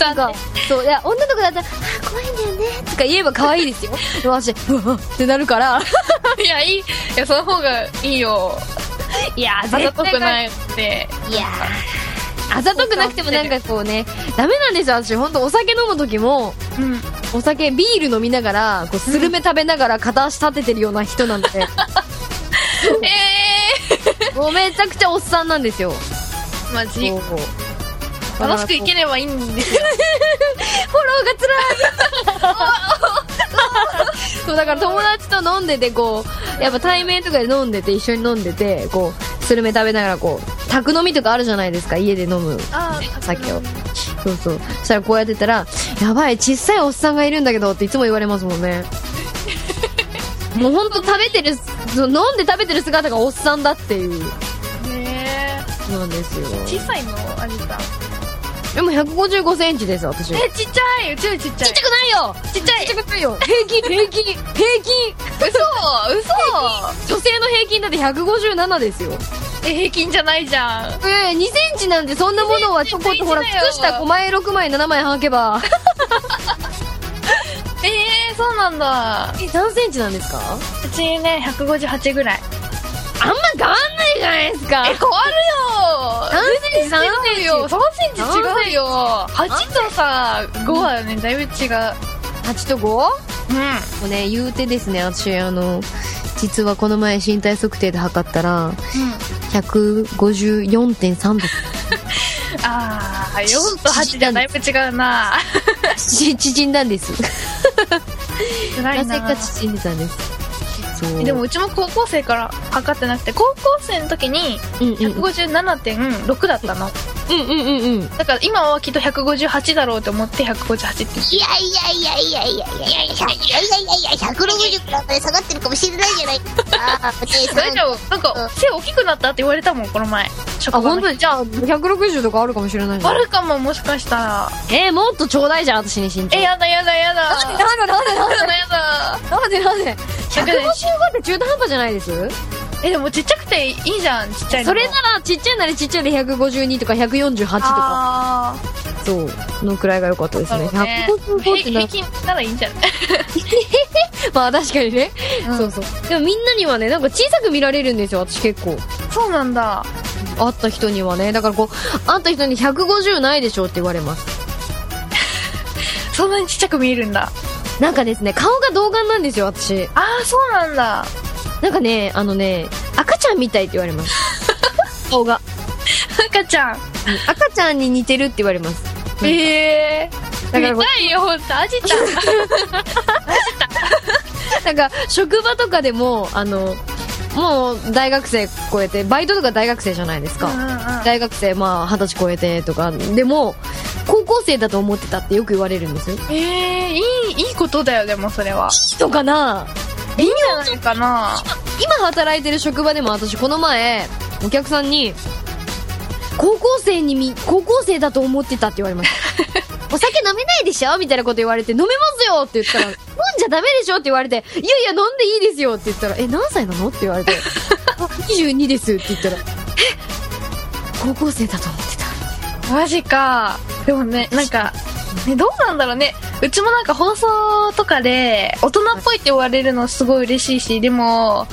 なんかそういや女の子だったら「あこ可愛いんだよねとか言えば可愛いですよでも私うわってなるから
いやいいいやその方がいいよ
いや
あざとくないって
いやあざとくなくてもなんかこうねダメなんですよ私本当お酒飲む時も、お酒ビール飲みながらこうスルメ食べながら片足立ててるような 人なんでええもうめちゃくちゃおっさんなんですよ
マジ
そう
楽しくいければいいんですよ
フォローがつ そうだから友達と飲んでてこうやっぱ対面とかで飲んでて一緒に飲んでてこうスルメ食べながらこう宅飲みとかあるじゃないですか家で飲む酒をそうそうそしたらこうやってたら「やばい小さいおっさんがいるんだけど」っていつも言われますも んねもうほんと食べてるそう飲んで食べてる姿がおっさんだっていう
ね
そうなんですよ
小さいのあれだ
でも1 5 5センチです私
えちっちゃいうちよりちっちゃいちっち
ゃくないよ
ちっちゃい
ちっちゃくないよ平均平均平均
嘘
嘘女性の平均だって157ですよ
え平均じゃないじゃん
ええ2センチなんてそんなものはちょこっとほら
2
靴
センチだよ
下5枚6枚7枚はけば
ええそうなんだ
え何センチなんですか
うちね158ぐらい
あんま変わんないじゃないですか
え変わるよ
何センチ
全然違うよ3センチ違うよ8とさ5はねだいぶ違う
8と 5? うんもうね言うてですね私あの実はこの前身体測定で測ったら、154.3です
ああ4と8じゃだいぶ違うな
ち縮んだんです
辛いな
なぜか縮んでたんですそう
でもうちも高校生から測ってなくて高校生の時に157.6だったの
うんうんうんうん
だから今はきっと158だろうと思って158って
いやいやいやいやいやいやいやいやいやいやいや160からまで下がってるかもしれないじゃないあーお姉さん
大丈夫なんか背大きくなったって言われたもんこの前職
あ
場
本
の
当にじゃあ160とかあるかもしれないじゃん
あるかももしかしたら
えー、もっとちょうだいじゃん私に身長
えやだやだ やだ
なんでなんでなんでなんで
やだやだ
なんでなんで
155
155って中途半端じゃないです
えでもちっちゃくていいじゃんちっちゃいの
それならちっちゃいなりちっちゃいで152とか148とか
あー
そうのくらいが良かったですね
なるほどね
155ってな
平均ならいいんじゃない
まあ確かにね、そうそうでもみんなにはねなんか小さく見られるんですよ私結構
そうなんだ
会った人にはねだからこう会った人に150ないでしょって言われます
そんなにちっちゃく見えるんだ
なんかですね顔が童顔なんですよ私
ああそうなんだ
なんかねあのね赤ちゃんみたいって言われます顔が
赤ちゃん
赤ちゃんに似てるって言われます
ええ
だ
見
からこう
たいよほんとアジちゃん
なんか職場とかでもあのもう大学生超えてバイトとか大学生じゃないですか、大学生まあ二十歳超えてとかでも高校生だと思ってたってよく言われるんですよ
ええいいいいことだよでもそれは
人かな
微妙じゃないかな
今働いてる職場でも私この前お客さんに高校生にみ高校生だと思ってたって言われました お酒飲めないでしょみたいなこと言われて飲めますよって言ったら飲んじゃダメでしょって言われていやいや飲んでいいですよって言ったらえ何歳なのって言われて あ22ですって言ったらえ高校生だと思ってた
マジかでもねなんかね、どうなんだろうねうちもなんか放送とかで大人っぽいって言われるのすごい嬉しいしでも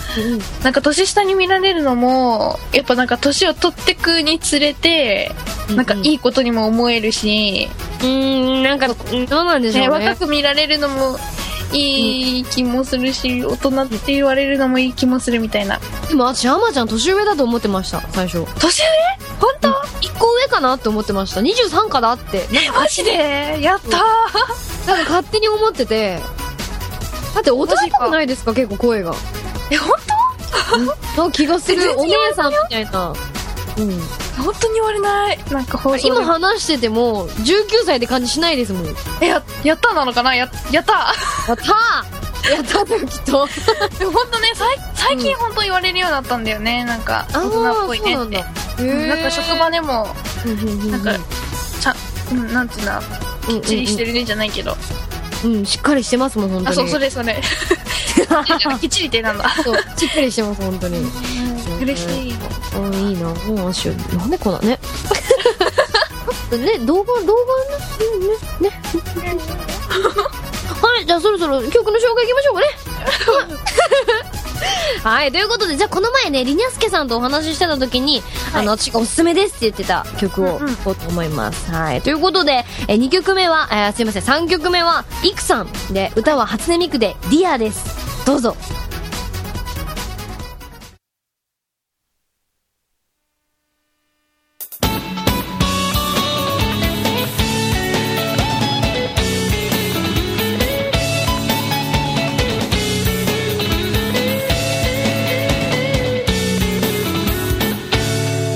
なんか年下に見られるのもやっぱなんか年を取ってくにつれてなんかいいことにも思えるし
うんなんかどうなんでしょうね
若く見られるのもいい気もするし、大人って言われるのもいい気もするみたいな
でも私あまちゃん年上だと思ってました最初
年上
本当、1個上かなって思ってました23かなって
えマジでやったー
なんか勝手に思っててだって大人っぽくないですか結構声が
え本
当の気がす
え
る
全
お
然
姉
言われ
さんみたいなうん
本当に言われないなんか放送で
今話してても19歳って感じしないですもんや
えややったなのかなややった
やったやったでもきっと
で も本当ねさい最近本当言われるようになったんだよねなんか大人っぽいねって
そうなんだへー
なんか職場でも
なん
かちゃうんなんていうんだ
うん
きっちりしてるねじゃないけど
うんしっかりしてますもん本当に
あそうそれそれ きっちりってなんだ
そうしっかりしてます本当に
嬉しい
うんいいなもう足なんでこんな ねね動画動画ねねね はいじゃあそろそろ曲の紹介いきましょうかね はいということでじゃあこの前ねりにゃすけさんとお話ししてた時に、あの私がおすすめですって言ってた曲を聴こうと思います、はいということで、え2曲目は、えーすいません3曲目はイクさんで歌は初音ミクで「ディアですどうぞ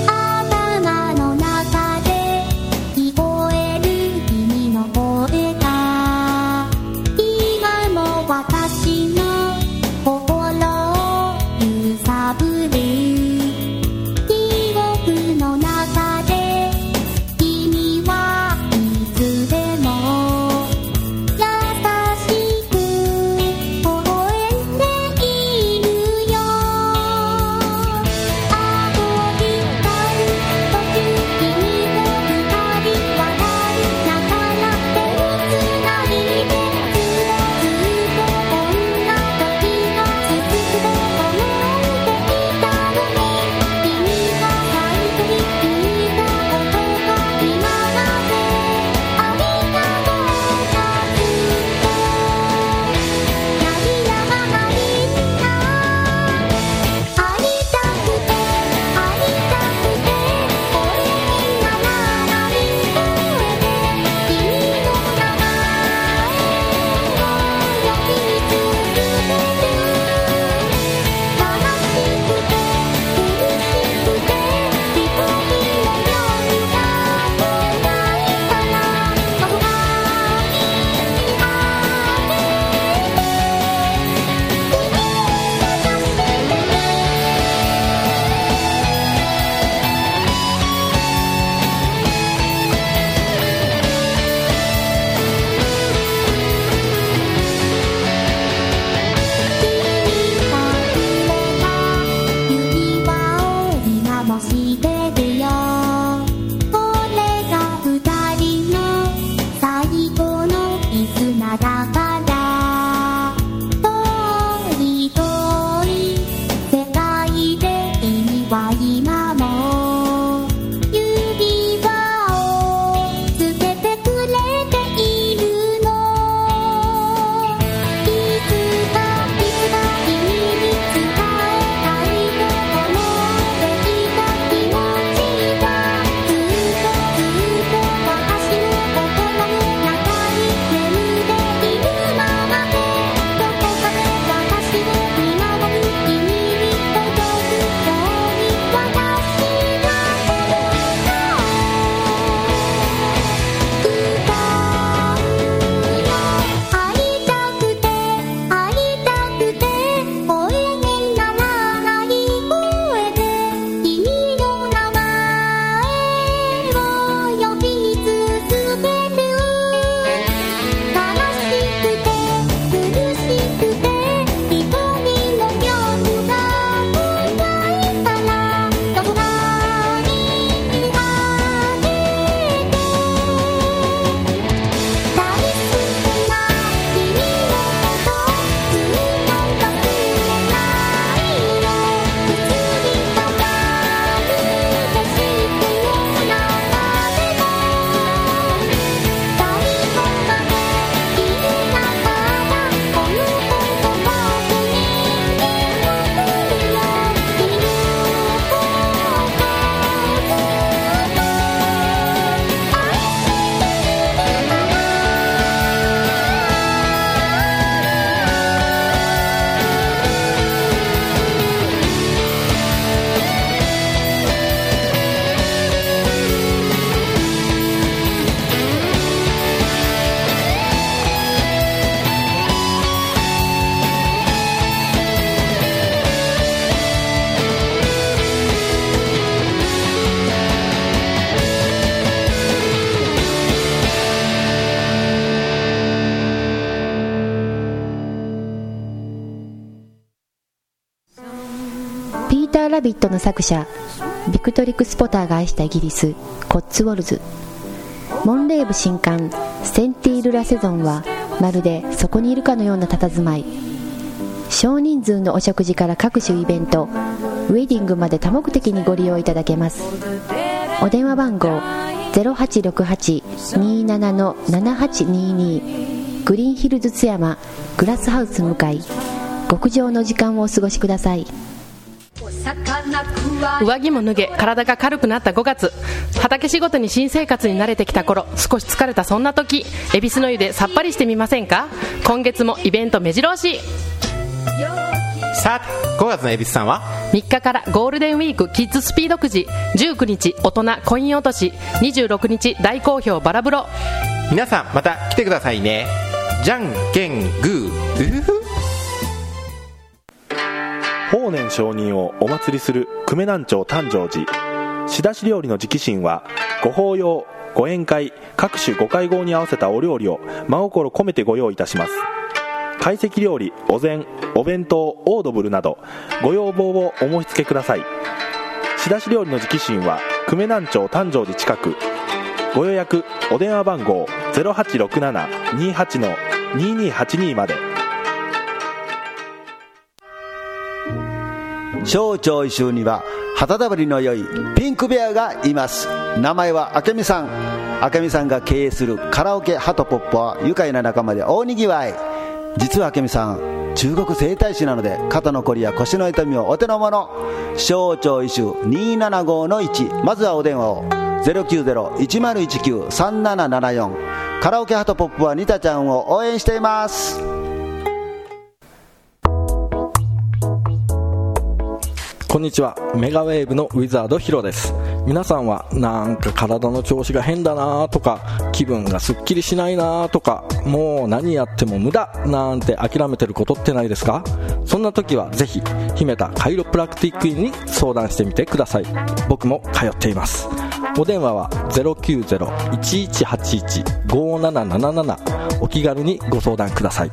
頭の中で聞こえる君の声が今も私の心を揺さぶる記憶の中で君はいつでも優しく微笑んでいるよ指輪を今もしてるよこれが二人の最後の絆だから遠い遠い世界で君は今も指輪をつけてくれているのいつかいつか君に会いたくて会いたくて声にならない声で君の名前を呼び続ける悲しくて苦しくて瞳の曲が歌いたらどこかにあげて大好き
ピーター・ラビットの作者ビクトリック・スポターが愛したイギリスコッツウォルズモンレーブ新刊「センティール・ラセゾン」はまるでそこにいるかのような佇まい少人数のお食事から各種イベントウェディングまで多目的にご利用いただけますお電話番号0868-27-7822グリーンヒルズ津山グラスハウス向かい極上の時間をお過ごしください
上着も脱げ体が軽くなった5月畑仕事に新生活に慣れてきた頃少し疲れたそんな時恵比寿の湯でさっぱりしてみませんか今月もイベント目白押し
さあ5月の恵比寿さんは
3日からゴールデンウィークキッズスピードくじ19日大人コイン落とし26日大好評バラブロ
皆さんまた来てくださいねじゃんけんグーうふふ
法然上人をお祭りする久米南町誕生寺仕出し料理の直進はご法要ご宴会各種ご会合に合わせたお料理を真心込めてご用意いたします懐石料理お膳お弁当オードブルなどご要望をお申し付けください仕出し料理の直進は久米南町誕生寺近くご予約お電話番号0867-28-2282まで
小腸一周には肌触りの良いピンクベアがいます名前は明美さん明美さんが経営するカラオケハトポップは愉快な仲間で大にぎわい実は明美さん中国整体師なので肩のこりや腰の痛みをお手の物小腸一周275の1まずはお電話を090-1019-3774カラオケハトポップはニタちゃんを応援しています
こんにちはメガウェーブのウィザードヒロです皆さんはなんか体の調子が変だなとか気分がすっきりしないなとかもう何やっても無駄なんて諦めてることってないですかそんな時はぜひ姫田カイロプラクティック院に相談してみてください僕も通っていますお電話は090-1181-5777お気軽にご相談ください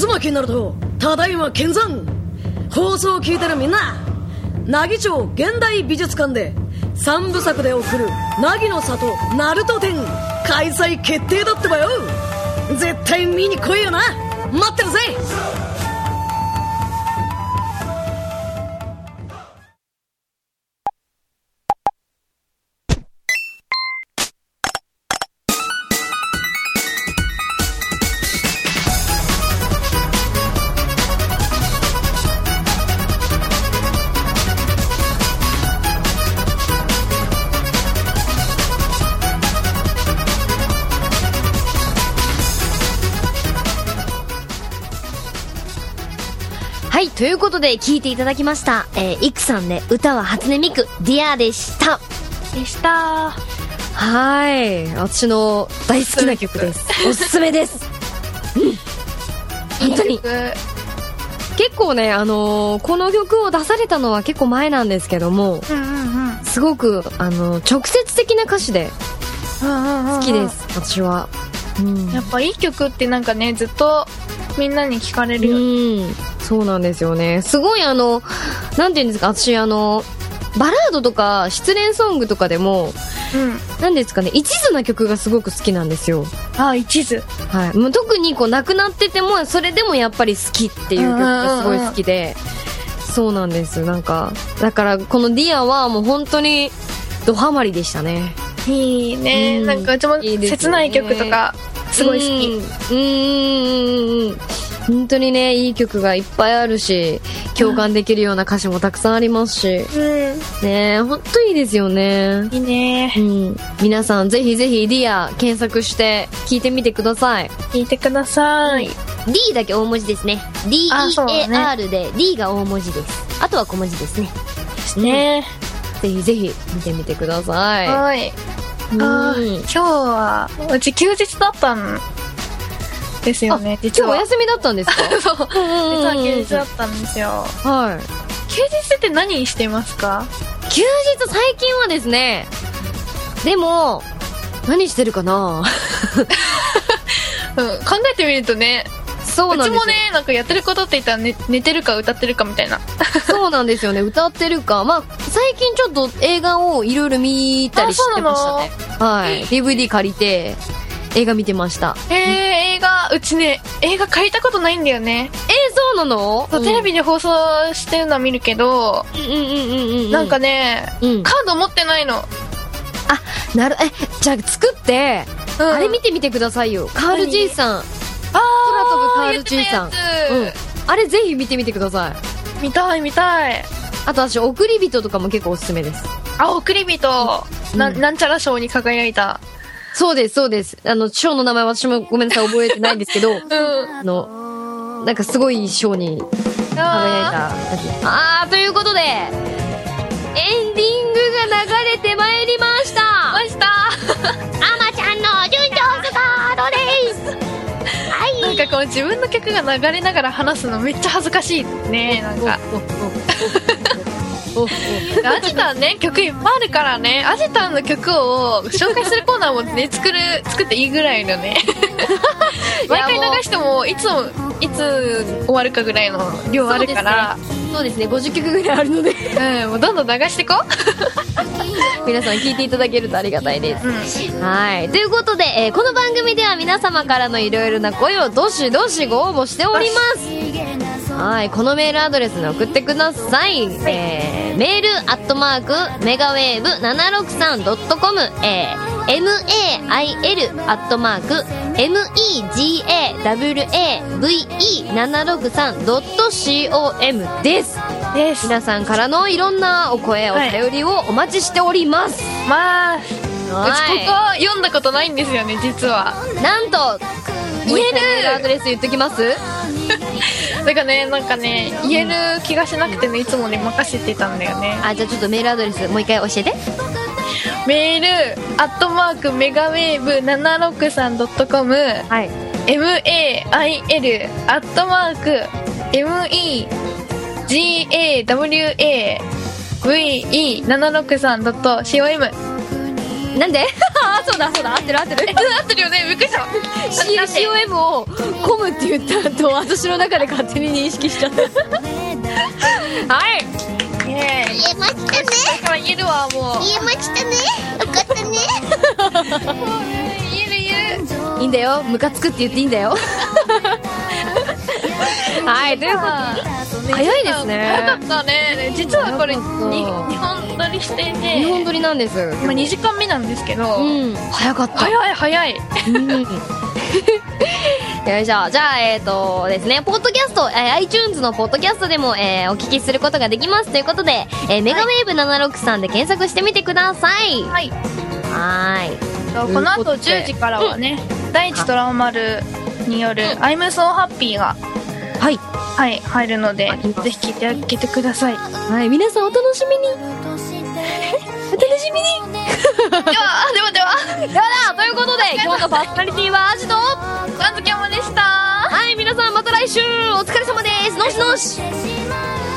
渦巻きになるとただいま見参放送を聞いてるみんな凪町現代美術館で三部作で送る「凪の里ナルト展」開催決定だってばよ絶対見に来いよな待ってるぜ
はい、ということで聞いていただきました。えー、イクさんで歌は初音ミク、ディアでした。でした。はーい、私の大好きな曲です。 おすすめです。うん。本当に。結構ね、あのーこの曲を出されたのは結構前なんですけども、すごく、あのー直接的な歌手で好
好
きです、私は。うん
やっぱいい曲ってなんかねずっとみんなに聞かれるよ、
うん、そうなんですよねすごいあのなんていうんですか私あのバラードとか失恋ソングとかでも、なんですかね一途な曲がすごく好きなんですよあ一途はいもう特にこう亡くなっててもそれでもやっぱり好きっていう曲がすごい好きでそうなんですなんかだからこの「ディアはもう本当にドハマりでしたね
いいね、
うん
なんかうちも
ですよね
切ない曲とかすごい好き、
うんうんうんうんうん本当にねいい曲がいっぱいあるし共感できるような歌詞もたくさんありますし、ねえ本当いいですよねいいね、うん、皆さんぜひぜひ「ディア検索して聞いてみてください聞いてください、
D だけ大文字ですね
DEAR で D が大文字ですあとは小文字ですねね、ぜひぜひ見てみてください
はいあー今日はうち休日だったんですよね実は
今日お休みだったんです か
そう実
うんうん
は休日だったんですよ
はい
休日って何してますか
休日最近はですねでも 何してるかな
うん考えてみるとね
そうなんですよ
うちもねなんかやってることって言ったら寝寝てるか歌ってるかみたいな
そうなんですよね歌ってるかまあ最近ちょっと映画をいろいろ見たりしてましたねはい DVD 借りて映画見てました
えー、映画うちね映画借りたことないんだよね
えそうなの
テレビで放送してるのは見るけどなんかね、カード持ってないの
なるえじゃあ作って、あれ見てみてくださいよカール
何
G さん
あ
空飛ぶカール G さん、うん、あれぜひ見てみてくださ
い見たい見たい
あと私送り人とかも結構おすすめです
あ送り人ななんちゃら賞に輝いた
そうですそうですあの賞の名前私もごめんなさい覚えてないんです けど、あのなんかすごい賞に輝いたあーということでエンディングが流れてまいりましたました
アマちゃんの純情スカードです
なんかこう自分の曲が流れながら話すのめっちゃ恥ずかしいねなんかアジタンね曲いっぱいあるからねアジタンの曲を紹介するコーナーもね作る作っていいぐらいの ね毎回流してもいつもいつ終わるかぐらいの量あるから
そうですね50曲ぐらいあるので
うんもうどんどん流してこ
皆さん聞いていただけるとありがたいです、はいということで、えーこの番組では皆様からのいろいろな声をどしどしご応募しておりますはいこのメールアドレスに送ってください、えーメールアットマークメガウェーブ 763.com えー mail アットマーク megawave763.com です
です
皆さんからのいろんなお声お便りをお待ちしております、
まあうちここ読んだことないんですよね実は
なんと
言
もう一回メールア
え
ドレス言っときます
るだからねなんかね言える気がしなくてねいつもね任せてたんだよね
あじゃあちょっとメールアドレスもう一回教えて
メールアットマークメガウェーブ 763.com、
はい、
MAIL アットマーク MEGAWAVE763.com
なんであ そうだそうだ合ってる合って る
合ってるよねびっくりした
C- COM をコムって言った後私の中で勝手に認識しちゃった はい
イエーイ
言えましたね
だから言えるわもう
言えましたねよかったね
言える言える
いいんだよムカつくって言っていいんだよはいということで 早いです
早かっ
ね
たね実はこれに日本撮りしてて
日本撮りなんです
今2時間目なんですけど、
うん早かった
早い早い
よいしょじゃあえっ、とですねポッドキャスト、えー iTunes のポッドキャストでも、えーお聞きすることができますということで、えーメガウェーブ763で検索してみてください
はい
はーい
この後10時からはね、第一トラウマルによる「I'm so happy が」
はい
はい入るのでぜひ聞いてあげてください
はい皆さんお楽しみにお楽しみに
ではではでは
やだということで今日のパーソナリティはアジトは
かずきゃまでした
い皆さんまた来週お疲れ様ですのしのし
しまう